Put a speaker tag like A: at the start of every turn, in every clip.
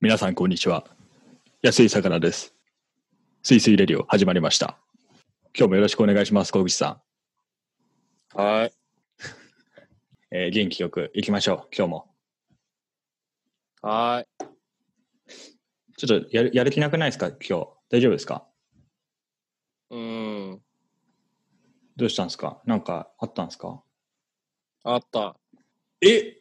A: 皆さん、こんにちは。安井さかなです。スイスイレディオ始まりました。今日もよろしくお願いします、小口さ
B: はい。
A: ん。えー元気よく行きましょう、今日も。
B: は
A: ちょっとやるやる気なくないですか、今日。大丈夫ですか
B: い。うん。
A: どうしたんですかなんかあったんですか
B: あった。
A: え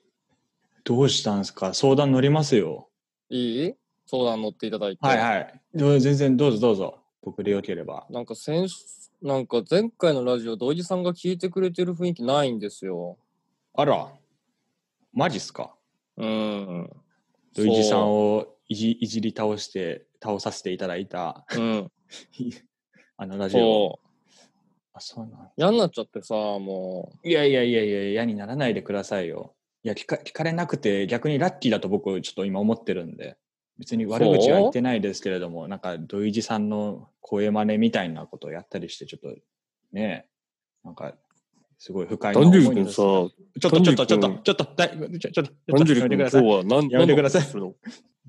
A: どうしたんですか相談乗りますよ。
B: いい相談乗っていただいて。
A: はいはい。どう全然どうぞどうぞ。僕でよければ。
B: なんか先週、なんか前回のラジオ、土井さんが聞いてくれてる雰囲気ないんですよ。
A: あら、マジっすか
B: うん。
A: 土井さん
B: を。
A: をいじいじり倒して、倒させていただい た、
B: うん。
A: あのラジオ。
B: そう。
A: あ、そうなん
B: 嫌になっちゃってさ、も
A: いやいやいやいや、嫌にならないでくださいよ。いや聞か、聞かれなくて、逆にラッキーだと僕、ちょっと今思ってるんで、別に悪口は言ってないですけれども、なんか、土井さんの声真似みたいなことをやったりして、ちょっと、ねえ、なんか、すごい不快
B: う。
A: な思いです。ちょっと、ちょっと、ちょっ
B: 丹
A: とち
B: 寿、
A: ょっと、だいちょちょっと、ちょっと、やめてください。
B: は何
A: やめてください
B: 何の話するの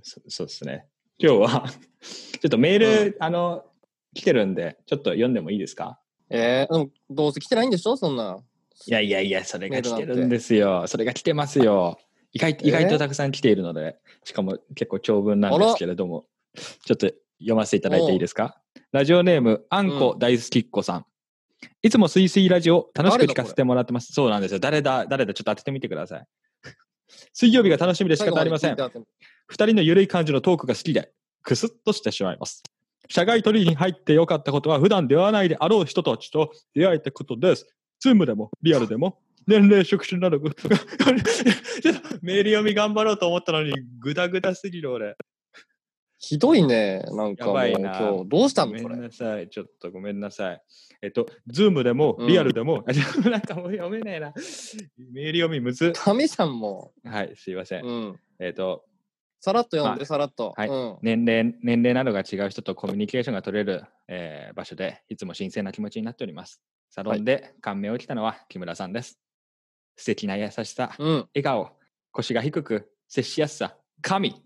A: そそうですね。今日は、 ちょっとメール、
B: う
A: あの、来てるんで、ちょっと読んでもいいですか
B: えー、でもどうせ来てないんでしょそんな。
A: いやいやいや、それが
B: メール
A: 来
B: なん
A: て
B: て
A: るんですよ。それが来てますよ。意外
B: え
A: 意外とたくさん来ているので、しかも結構長文なんですけれども、ちょっと読ませていただいていいですか。ラジオネーム、あんこ大好きっ子さん。いつもすいすいラジオ楽しく聞かせてもらってます。そうなんですよ。誰だ、誰だ、ちょっと当ててみてください。水曜日が楽しみで仕方ありません
B: 最。後で聞いた後に
A: 二人の緩い感じのトークが好きで、クスッとしてしまいます。社外取引に入ってよかったことは、普段出会わないであろう人たちと出会えたことです。ズームでも、リアルでも、年齢職種など、ちょっと メール読み頑張ろうと思ったのに、ぐだぐだすぎる俺。
B: ひどいね。なんか
A: や
B: もう
A: ばい
B: 今
A: な
B: 日。どうしたの
A: ご
B: そ
A: めん
B: れ。
A: なさい、ちょっとごめんなさい。えっと、ズームでも、リアルでも、 あなんかもう読めないな。メール読みむず。
B: ダメじゃん、も
A: はい、すいませ
B: う。
A: ん。
B: うん。
A: えっと、
B: さらっと読ん
A: まあ
B: で、さらっと。
A: はい
B: うん。
A: 年齢年齢などが違う人とコミュニケーションが取れる、えー場所でいつも新鮮な気持ちになっております。サロンで感銘を受けたのは木村さんです。素敵な優しさ、笑
B: うん。
A: 顔、腰が低く、接しやすさ、神。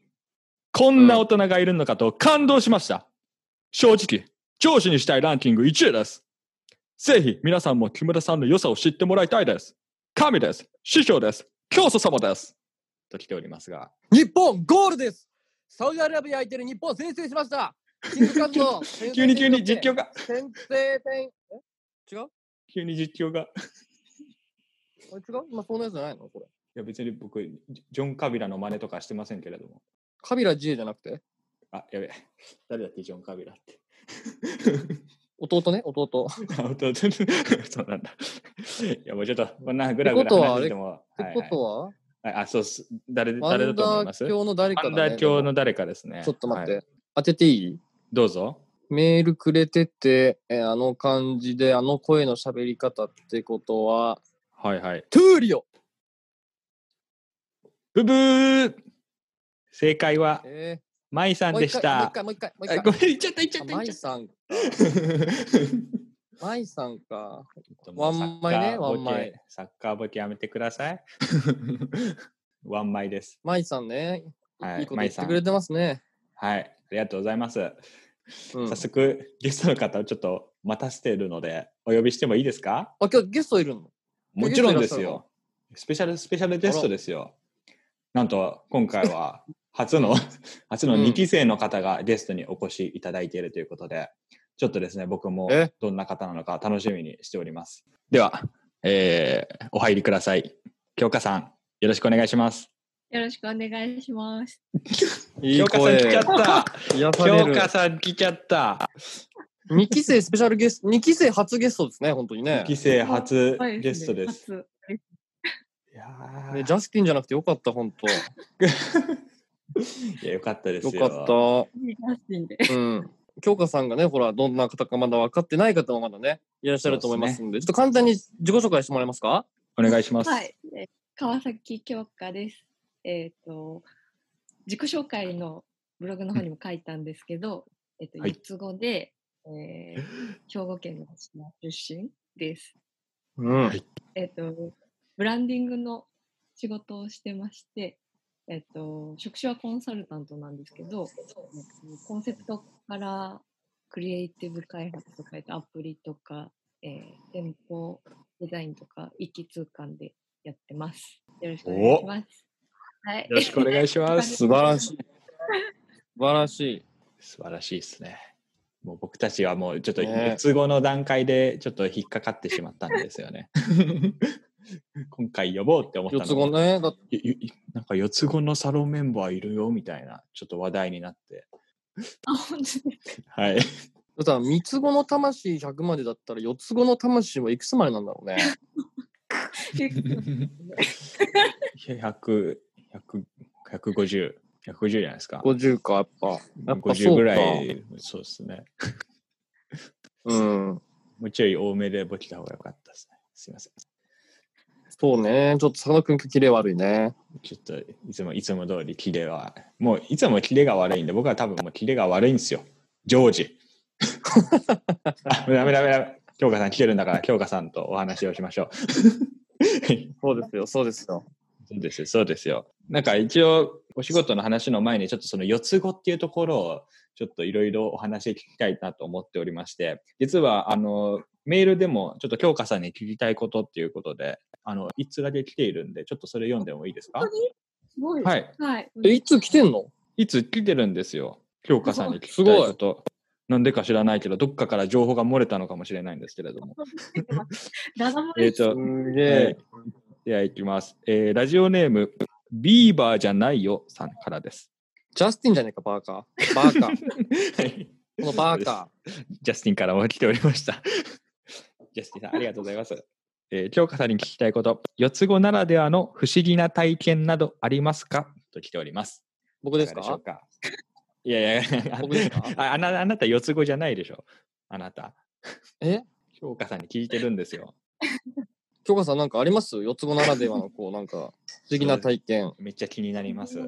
A: こんな大人がいるのかと感動しました。正直、上司にしたいランキング1位です。ぜひ皆さんも木村さんの良さを知ってもらいたいです。神です。師匠です。教祖様です。と来ておりますが。
B: 日本ゴールですサウジアラビア相手に日本先制しましたキングカズの
A: 急に急に実況
B: が
A: が、
B: 先制点え違う
A: 急に実況が。
B: あれ違う今そんなやつじゃないのこれ
A: いや別に僕、ジジョン・カビラの真似とかしてませんけれども。
B: カビラ G じゃなくて
A: あ、やべえ。誰だっけ、ジョン・カビラって。
B: 弟ね弟
A: あ本当 そうなんだ。いや、もうちょっと、こんなぐらぐ
B: っ
A: ら
B: てことは
A: 話してても。
B: ってことは、
A: はいはいはいあ、そうっす。誰
B: ア
A: 誰だ
B: ン
A: と思
B: ダ
A: います
B: ー教の誰か
A: ア
B: だ
A: ン
B: ね
A: ダー教の誰かですね。
B: ちょっと待って、
A: はい
B: 当てていい
A: どうぞ。
B: メールくれてて、えあの感じであの声の喋り方ってことは
A: はいはい。
B: トゥーリオ
A: ブブー正解は、
B: え
A: マイさ
B: ー、
A: ん
B: もう
A: で
B: 一
A: し
B: 回
A: た。
B: もう一回もう一
A: あご
B: 回もう
A: めん、いっちゃった、いっちゃ
B: 一
A: った。
B: 回マ
A: いっ
B: イ
A: ちゃっ
B: さ ん
A: た
B: マイさんか
A: もうサッカー
B: ワンマイね
A: ボケ
B: ワンマイ。
A: サッカーボケやめてください。 ワンマイです。
B: マイさんね、
A: はい
B: い、いこと
A: マ
B: 言
A: イ
B: っ
A: さ
B: て
A: ん
B: くれてますね。
A: はい、ありがとうございます。
B: うん、
A: 早速、ゲストの方をちょっと待たせているので、お呼びしてもいいですか
B: あ、今日ゲストいるの
A: もちろんです
B: ゲストいらっしゃるの
A: よ。スペシャル、スペシャルゲストですよ。なんと、今回は、初の、 初の
B: うん
A: 2期生の方がゲストにお越しいただいているということで、ちょっとですね、僕も
B: え
A: どんな方なのか楽しみにしております。では、えーお入りください。京香さん、よろしくお願いします。
C: よろしくお願いします。
B: い
A: 京香さん来ちゃった
B: 癒され
A: 京
B: る
A: 香さん来ちゃった
B: 2期生スペシャルゲスト、2期生初ゲストですね、本当にね。
A: 期生初
C: はい
A: ゲストです。。
C: 初
A: いや
B: ねジャスティンじゃなくてよかった、本当。
A: いやよかったですよ。
B: よか
C: いいらしいんで。
B: った。うん。京香さんがね、ほら、どんな方かまだ分かってない方もまだね、いらっしゃると思いますんで、ちょっと簡単に自己紹介してもらえますか
A: お願いします。
C: はい。えー川崎京香です。えっ、と、自己紹介のブログの方にも書いたんですけど、えっと、
A: はい
C: 四つ語で、えー兵庫県の島出身です。
B: うん
A: はい
C: えっ、と、ブランディングの仕事をしてまして、えっと、職種はコンサルタントなんですけど、えっとコンセプトからクリエイティブ開発とか、えっとアプリとか、えー店舗デザインとか、一気通貫でやってます。よろしくお願いします。はい
A: よ。ろしくお願いしま す。
B: 素晴らしい。素晴らしい。
A: 素晴らしいですね。もう僕たちはもうちょっと
B: ね
A: 熱語の段階でちょっと引っかかってしまったんですよ ね。今回呼ぼうって思った
B: 四
A: の
B: つ子ね。だ
A: ゆゆなんか四つ子のサロンメンバーいるよみたいなちょっと話題になって。
C: あ、 本当です か
A: はい。
B: だから三つ子の魂100までだったら四つ子の魂はいくつまでなんだろうね。
A: 100、100、150、150じゃないですか。
B: 50か、やっぱ。やっぱ
A: 50
B: そう
A: ぐ。
B: から
A: い、そうですね。
B: うん。
A: もうちょい多めでボケた方が良かったですね。すいません。
B: そうね。ちょっと佐野くん今日キレ悪いね。
A: ちょっといつもいつも通りキレは、もういつもキレが悪いんで、僕は多分もうキレが悪いんですよ。常時。あダメダメダメ。京香さん来てるんだから、京香さんとお話をしましょう。
B: そうですよ、そうですよ。
A: そうですよ、そうですよ。なんか一応、お仕事の話の前に、ちょっとその四つ子っていうところを、ちょっといろいろお話聞きたいなと思っておりまして、実は、あの、メールでも、ちょっと京香さんに聞きたいことっていうことで、あの、いつだけ来ているんで、ちょっとそれ読んでもいいですか
C: 本当にすごい。。
A: はいい。
C: はい、
B: え、いつ来てんの
A: いつ来てるんですよ。京香さんに聞きたいこと。なんでか知らないけど、どっかから情報が漏れたのかもしれないんですけれども。
C: ダダ漏
A: え
C: れ
A: っ、と、
B: すげ
A: はい。では行きます。えーラジオネーム、ビーバーじゃないよさんからです。
B: ジャスティンじゃねえか、バーカー。バーカ ー。このバーカ
A: ジャスティンからも来ておりました。 ジャスティンさん、ありがとうございます。えー、京香さんに聞きたいこと、四つ子ならではの不思議な体験などありますかと来ております。
B: ー。僕ですか
A: いがしょうかいやいや、
B: 僕ですか
A: ああなあなた四つ子じゃないでしょ。あなた。
B: え
A: 京香さんに聞いてるんですよ。
B: 京香さんなんかあります四つ子ならではの、こう、なんか、不思議な体験。
A: めっちゃ気になります。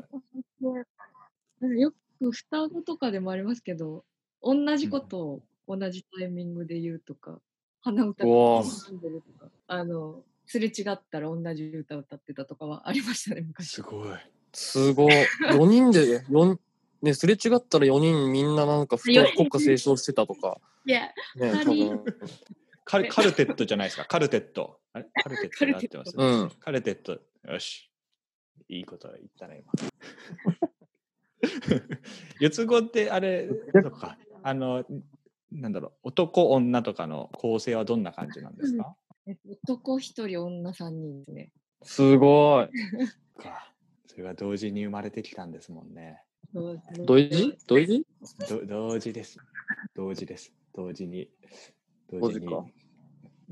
C: よく双子とかでもありますけど、同じことを同じタイミングで言うとか、鼻歌
B: うわ
C: が
B: ー
C: んでるとか、あの、すれ違ったら同じ歌歌ってたとかはありましたね、昔。
A: すごい。
B: すごい。4人で、四ね、すれ違ったら4人みんななんか不登国家斉唱してたとか。
C: いや、
B: ね、
C: 二
B: 多
C: 人
B: 分。
A: カルカルテットじゃない ですか。カルテット。あれカルテットで合ってます。
B: う
A: カル
B: ん。
A: テット。よし。いいこと言ったね、今。 四つ子ってあれ、とか、あの、なんだろう、男、女とかの構成はどんな感じなんですか、
C: えっと男一人、女三人ですね。
B: すごい。
A: かそれは同時に生まれてきたんですもんね。
C: そうですね
B: どいじどいじ
A: ど同時です。同時です。同時に。同
B: 同
A: 時
B: 時
A: に
B: か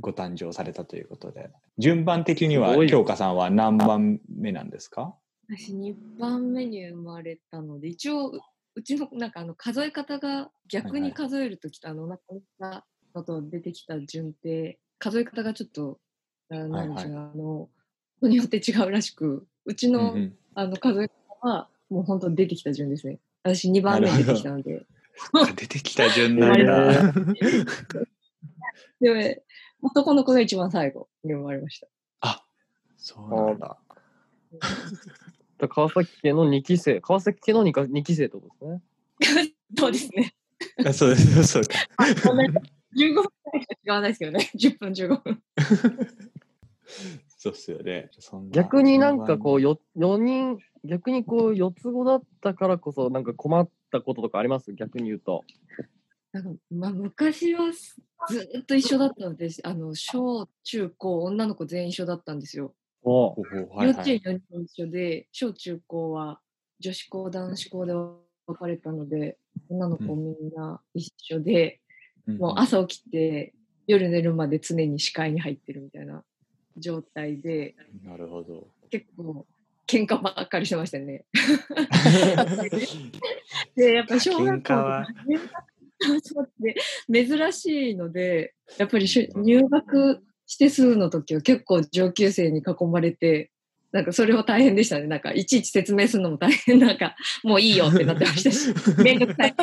A: ご誕生されたということで。順番的には
B: すごい
A: 京香さんは何番目なんですか
C: 私2番目に生まれたので一応ううちのなんかあの数え方が逆
A: はいは
C: に
A: い
C: 数えるときと、あの中村のと出てきた順って数え方がちょっとあなんでしょう、あの人によって違うらしくうちの,、
A: うんうん
C: あの数え方はもう本当出てきた順ですね私2番目
A: なるほ
C: に
A: ど
C: 出てき たので
A: あ出てきた順な
C: あ
A: ん
C: れ
A: だ。
C: で男の子が一番最後に生まれました
A: あそうなんだ。
B: だから川崎家の2期生。川崎家の 2, か二期生ってことですね。
C: そうですね
A: あそうです、そうか。
C: ごめん15分くらいしか違わないですけどね10分15分
A: そうっすよね。そんな
B: 逆になんかこう、よ4人、逆にこう、四つ子だったからこそ、なんか困ったこととかあります逆に言うと。
C: なんかまあ、昔はすずーっと一緒だったので、あの小中高、女の子全員一緒だったんですよ。
B: お
A: ほうほうはいはい
C: 幼稚園4人一緒で、小中高は女子校、男子校で分かれたので、女の子
A: うん
C: みんな一緒で、
A: うんうん
C: もう朝起きて、夜寝るまで常に視界に入ってるみたいな状態で、
A: なるほど。
C: 結構喧嘩ばっかりしてましたね。 で、やっぱ小
A: 喧
C: 学校
A: 嘩は
C: 入学そうで 珍しいので、やっぱりしゅ入学してすぐの時は結構上級生に囲まれて、なんかそれは大変でしたね。なんかいちいち説明するのも大変、なんかもういいよってなってましたし、 めんどくさい。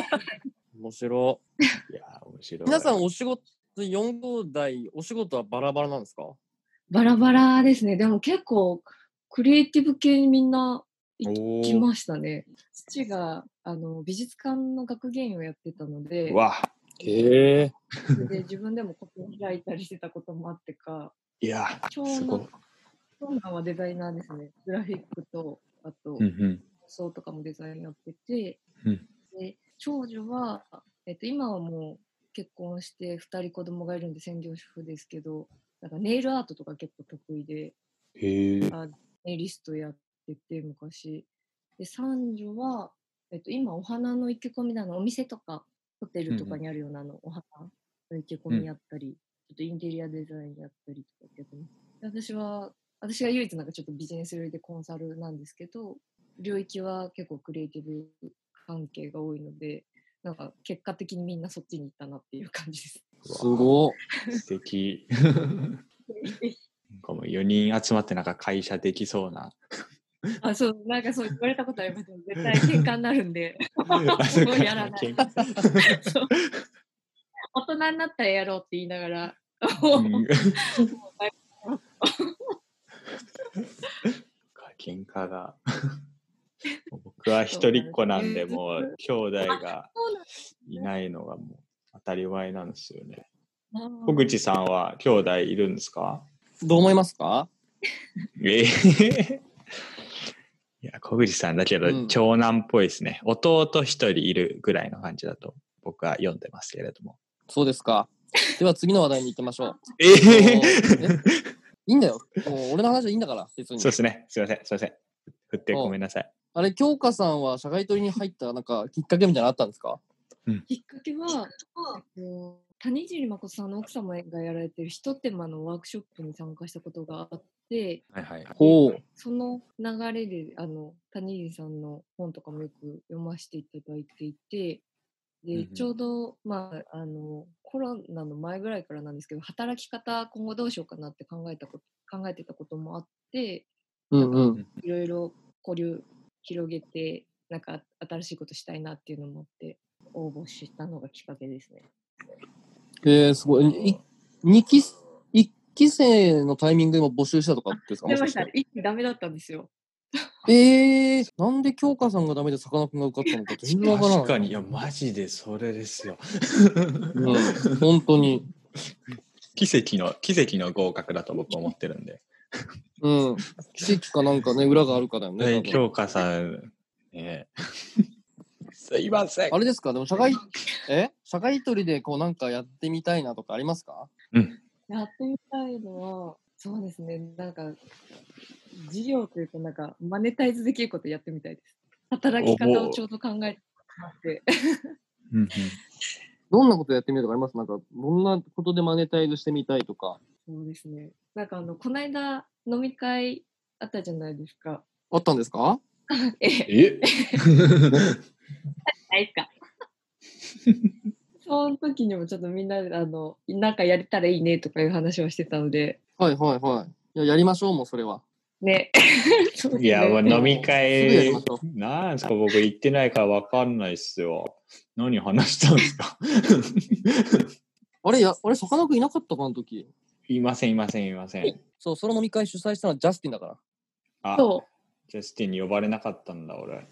B: 面白い。
A: いや、面白い。
B: 皆さん、お仕事、4号代、お仕事はバラバラなんですか
C: バラバラですね。でも結構クリエイティブ系にみんな
A: お
C: 来ましたね。父があの美術館の学芸員をやってたので、
A: わ
B: へえ。
C: それで自分でもコピー開いたりしてたこともあってか、
A: いや
C: 長
A: すごい
C: 男、長男はデザイナーですね。グラフィックと、あと
A: うん、うん
C: 服装とかもデザインやってて、
A: うん
C: で長女は、えっと、今はもう結婚して2人子供がいるんで専業主婦ですけど、なんかネイルアートとか結構得意で、
A: へえ
C: ネイリストやってて、昔。で、三女は、えっと、今、お花の生け込みなの、お店とか、ホテルとかにあるようなあの、お花の生け込みやったり、ちょっとインテリアデザインやったりとかやってます。で私は、私が唯一なんかちょっとビジネス類でコンサルなんですけど、領域は結構クリエイティブ関係が多いので、なんか結果的にみんなそっちに行ったなっていう感じです。
B: すごい。
A: 素敵なんかもう4人集まってなんか会社できそうな
C: あ、そう、なんかそう言われたことありますよ。絶対喧嘩になるんで。
A: あそっか
C: もうやらないそう大人になったらやろうって言いながら、も
A: う
C: うん
A: 喧嘩が僕は一人っ子なんでもう兄弟がいないのがもう当たり前なんですよね小口さんは兄弟いるんですか
B: どう思いますか
A: ええいや小口さんだけ
B: う
A: ど
B: ん
A: 長男っぽいですね、弟一人いるぐらいの感じだと僕は読んでますけれども
B: そうですか。では次の話題に行きましょう。
A: ええ
B: えいいんだよ。もう俺の話はいいんだから、別 に
A: そう。ですねすいませんすいません振ってごめんなさい
B: あれ、京香さんは社外取りに入ったなんかきっかけみたいなのあったんですか
C: きっかけは、えっと谷尻誠さんの奥様がやられてるひと手間のワークショップに参加したことがあって、
A: はいはい
B: ほう。
C: その流れであの谷入さんの本とかもよく読ませていただいていてで、
A: うんうん
C: ちょうど、まあ、あのコロナの前ぐらいからなんですけど働き方今後どうしようかなって考えたこと考えてたこともあって
B: うんうん。
C: いろいろ交流広げてなんか新しいことしたいなっていうのもあって応募したのがきっかけですね。
B: えー、すごい。い二期、一期生のタイミングで今募集したとかですかも
C: 出
B: しか
C: ま
B: し
C: してた一気ダメだったんですよ。
B: えー、なんで京香さんがダメでさかなクンが受かったのか全然わからない。
A: 確かにいやマジでそれですよ
B: うん、本当に。
A: 奇跡の奇跡の合格だと僕は思ってるんで
B: うん。奇跡か なんかね、裏があるかだよね。
A: ね、
B: 多分
A: 京香さん、 ね、すいません
B: あ。れですかでも社会、え社会取りでこうなんかやってみたいなとかありますか
C: やってみたいのは、そうですね、なんか、事業というか、なんか、マネタイズできることやってみたいです。働き方をちょうど考えてまして、
A: うん
B: どんなことやってみるとかありますなんか、どんなことでマネタイズしてみたいとか。
C: そうですね、なんか、あの、この間、飲み会あったじゃないですか。
B: あったんですか
C: え、ない
A: え
C: ですか。その時にもちょっとみんなで、あの、なんかやれたらいいねとかいう話をしてたので、
B: はいはいはい。いや、やりましょう、もうそれは。
C: ね。そうです
A: い
C: ね
A: や、もう飲み
B: すぐやり
A: 会
B: ましょ、
A: なんすか、僕行ってないからわかんないっすよ。何話したんですか
B: あれ、や、あれ、さかなクンいなかったかあの時。
A: いません、いません、いません。
B: そう、その飲み会主催したのはジャスティンだから。
A: あ、
C: そ
A: ジャスティンに呼ばれなかったんだ、俺。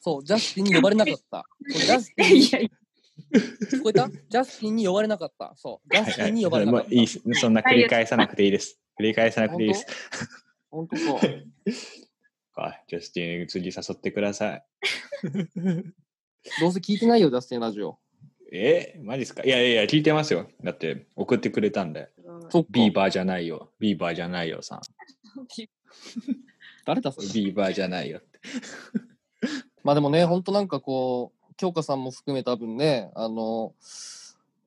B: そう、ジャスティンに呼ばれなかった。そうジャス
C: う。
B: ティンに
C: いやいや、
B: 聞こえたジャスティンに呼ばれなかった。そう、ジャスティンに呼ばれなか
A: も
B: っ
A: う
B: た。
A: いいっすそんな繰り返さなくていい です。繰り返さなくていいです。
B: 本当そう。
A: かジャスティン、次誘ってください。
B: どうせ聞いてないよ、ジャスティンラジオ。
A: えマジっすかいやいやいや、聞いてますよ。だって、送ってくれたんで。
B: そっか。
A: ビーバーじゃないよ。ビーバーじゃないよさん。
B: 誰だそれ。
A: ビーバーじゃないよって。
B: まあでもね、本当なんかこう、京香さんも含めた分ね、あの、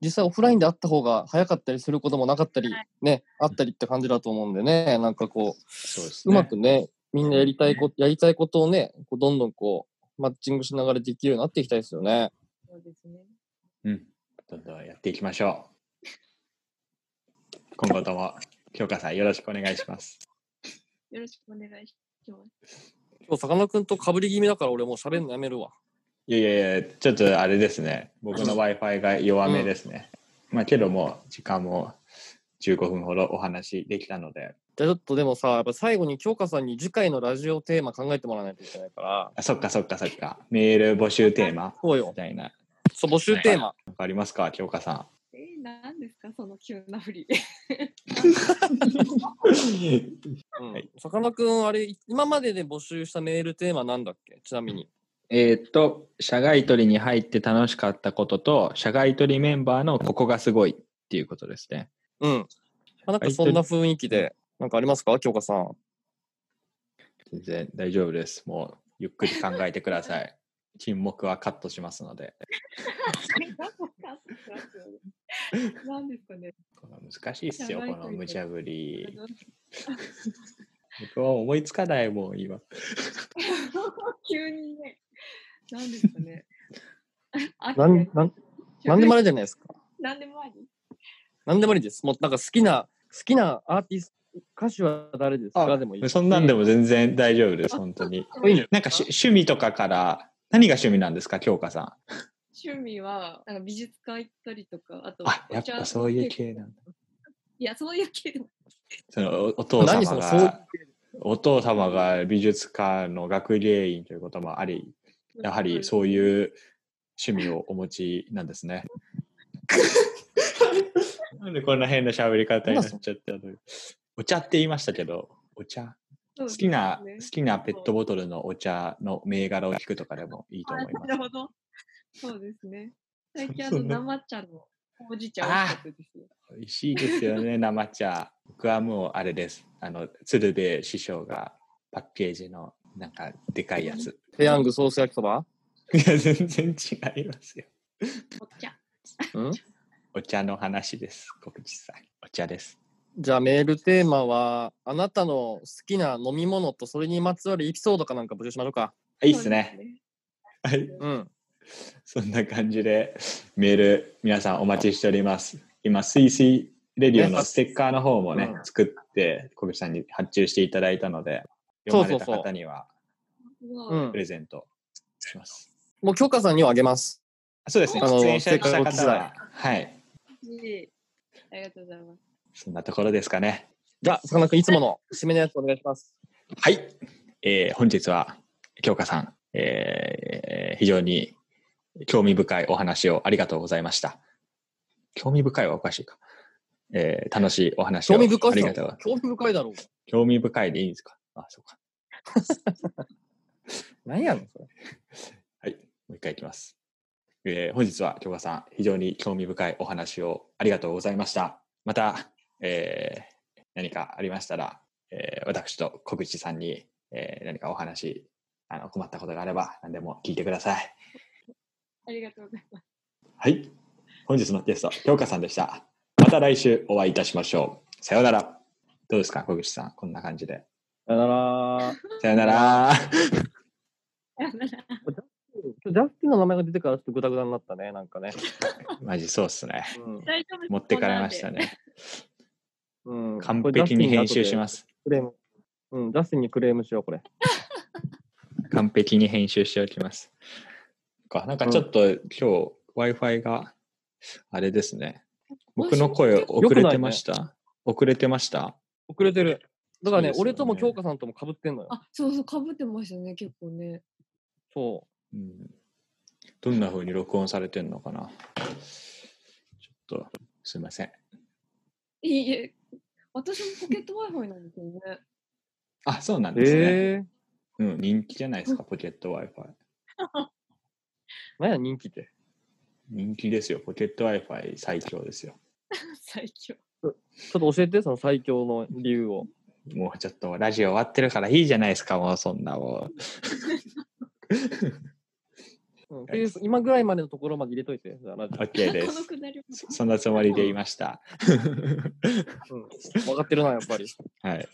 B: 実際オフラインで会った方が早かったりすることもなかったり、ね、あったりって感じだと思うんでね、なんかこう、
A: そうです
B: うまくね、みんなやりたいこと、やりたいことをね、こうどんどんこう、マッチングしながらできるようになっていきたいですよね。
C: そうですね。
A: うん。どんどんやっていきましょう。今後とも、京香さんよろしくお願いします。
C: よろしくお願いします。
B: 今日、さかなクンとかぶり気味だから俺もう喋るのやめるわ。
A: いやいやいや、ちょっとあれですね。僕の Wi-Fi が弱めですね。まあけどもう時間も15分ほどお話できたので、
B: じゃあちょっとでもさ、やっぱ最後に京香さんに次回のラジオテーマ考えてもらわないといけないから、
A: あそっかそっかそっか。メール募集テーマ
B: そう
A: み
B: よ。
A: たいな。
B: そう、募集テーマ。
A: わかりますか、京香 さん。
C: えー、何ですかその急な振り。
B: うん
A: はい
B: さかなクン、あれ、今までで募集したメールテーマなんだっけちなみに。
A: えーっと、社外取りに入って楽しかったことと、社外取りメンバーのここがすごいっていうことですね。
B: うん。まあなんかそんな雰囲気で、なんかありますか京香さん。
A: 全然大丈夫です。もうゆっくり考えてくださ い。沈黙はカットしますので。
C: 何ですかね
A: 難しいっすよ、
C: 社
A: こ
C: 外
A: の
C: 取り
A: 無茶ぶり。
C: あの
A: 僕は思いつかないもん、今。
C: 急にね。何ですかね。あ
B: なん、なん、なんでもあ
C: り。
B: りじゃないですか。
C: 何でもあり。
B: なんでもありです。もうなんか好きな、好きなアーティスト、歌手は誰ですか
A: あ
B: でもいい。
A: そんなんで
B: も。
A: も全然大丈夫です、本当に。
B: いいね
A: なんかし趣味とかから、何が趣味なんですか、京香さん。
C: 趣味は、なんか美術館行ったりとか、あと、
A: あ、やっ
C: お茶
A: ぱそういう系なんだ。
C: いや、そういう系でも。
A: そのおお父
B: 何
A: 様
B: そのそう
A: が、お父様が美術館の学芸員ということもあり、やはりそういう趣味をお持ちなんです ね。なんでこんな変な喋り方になっちゃったのお茶って言いましたけど、お茶。
C: そ
A: 好
C: うです
A: き
C: ね
A: な、好きなペットボトルのお茶の銘柄を聞くとかでもいいと
C: あ
A: 思います
C: なる。ほど。そうですね。最近、あ
A: そう
C: の、
A: ね
C: 生茶のほうじ茶美味しかったですよ。
A: 美味しいですよ ね、生茶。僕はもうあれです。あの、鶴瓶師匠がパッケージのなんかでかいやつ。
B: ペヤングソース焼きそば
A: いや、全然違いますよ。
C: お茶。
B: うん
A: お茶の話です、小口さん。お茶です。
B: じゃあメールテーマは、あなたの好きな飲み物とそれにまつわるエピソードかなんか募集しましょうか。
A: いいっすね。はい。
B: うん。
A: そんな感じで、メール、皆さんお待ちしております。今、スイスイレディオのステッカーの方もね、
B: うん
A: 作って、小口さんに発注していただいたので、
B: そう
A: 読ま
B: そ
A: れ
B: うそう
A: た方には
C: そう
B: うん
C: ですね。
A: プ。レゼントします。
B: もう、京香さんにはあげます。
A: そうですね、
B: あの
A: 出演者した
B: せっ
A: 方
B: か
A: は。はい。
C: しありがとうございます。
A: そんなところですかね。
B: じゃあ、さかなクン、いつもの締めのやつお願いします。
A: はい。えー本日は、京香さん、えー非常に興味深いお話をありがとうございました。興味深いはおかしいか。えー楽しいお話を
B: 興味深
A: あ
B: い
A: り
B: だ
A: がとうござい
B: ろ
A: ます。
B: 興味深いだろう。
A: 興味深いでいいんですかあ、そうか。
B: 何やねん、それ。
A: はい。もう一回いきます。えー本日は京香さん、非常に興味深いお話をありがとうございました。また、えー何かありましたら、えー私と小口さんに、えー何かお話、あの困ったことがあれば何でも聞いてください。
C: ありがとうございます。
A: はい。本日のゲスト、京香さんでした。また来週お会いいたしましょう。さようなら。どうですか、小口さん。こんな感じで。
B: さよなら。
A: さようなら。
B: 今日ジャスティンの名前が出てからちょっとグダグダになったね、なんかね。
A: マジそうっすね。
B: う
C: 大丈夫です
A: 持ってかれました
C: ね。
A: ね。
B: ん。うん、
A: 完璧に編集し
B: す。
A: ます。
B: クレーム。うん、ジャスティンにクレームしよう、これ。
A: 完璧に編集しておきます。かなんかちょっと今日 Wi-Fi があれですね。僕の声遅れてました、遅れてました
B: 遅れてる。だからね、
A: そうですよね
B: 俺とも京香さんとも被ってんのよ。
C: あ、そうそう、かぶってましたね、結構ね。
B: そ
A: うんどんな風に録音されてんのかなちょっとすいません。
C: いいえ、私もポケット Wi-Fi なんですよね。
A: あ、そうなん
B: う。
A: ですね。
B: え
A: うん、人気じゃないですか、ポケット Wi-Fi。
B: ー、なんや、人気って。
A: 人気ですよ、ポケット Wi-Fi 最強ですよ。
C: 最
B: ち
C: 強。
B: ょっと教えて、その最強の理由を。
A: もうちょっとラジオ終わってるからいいじゃないですか、もうそんなもう。
B: うん、っていう今ぐらいまでのところまで入れといて。じゃあ、ラジ
A: OK で
C: この
A: す。
C: くだりも。
A: そそんなつもりで言いました。
B: オ。うん。分かってるな、やっぱり。
A: はい。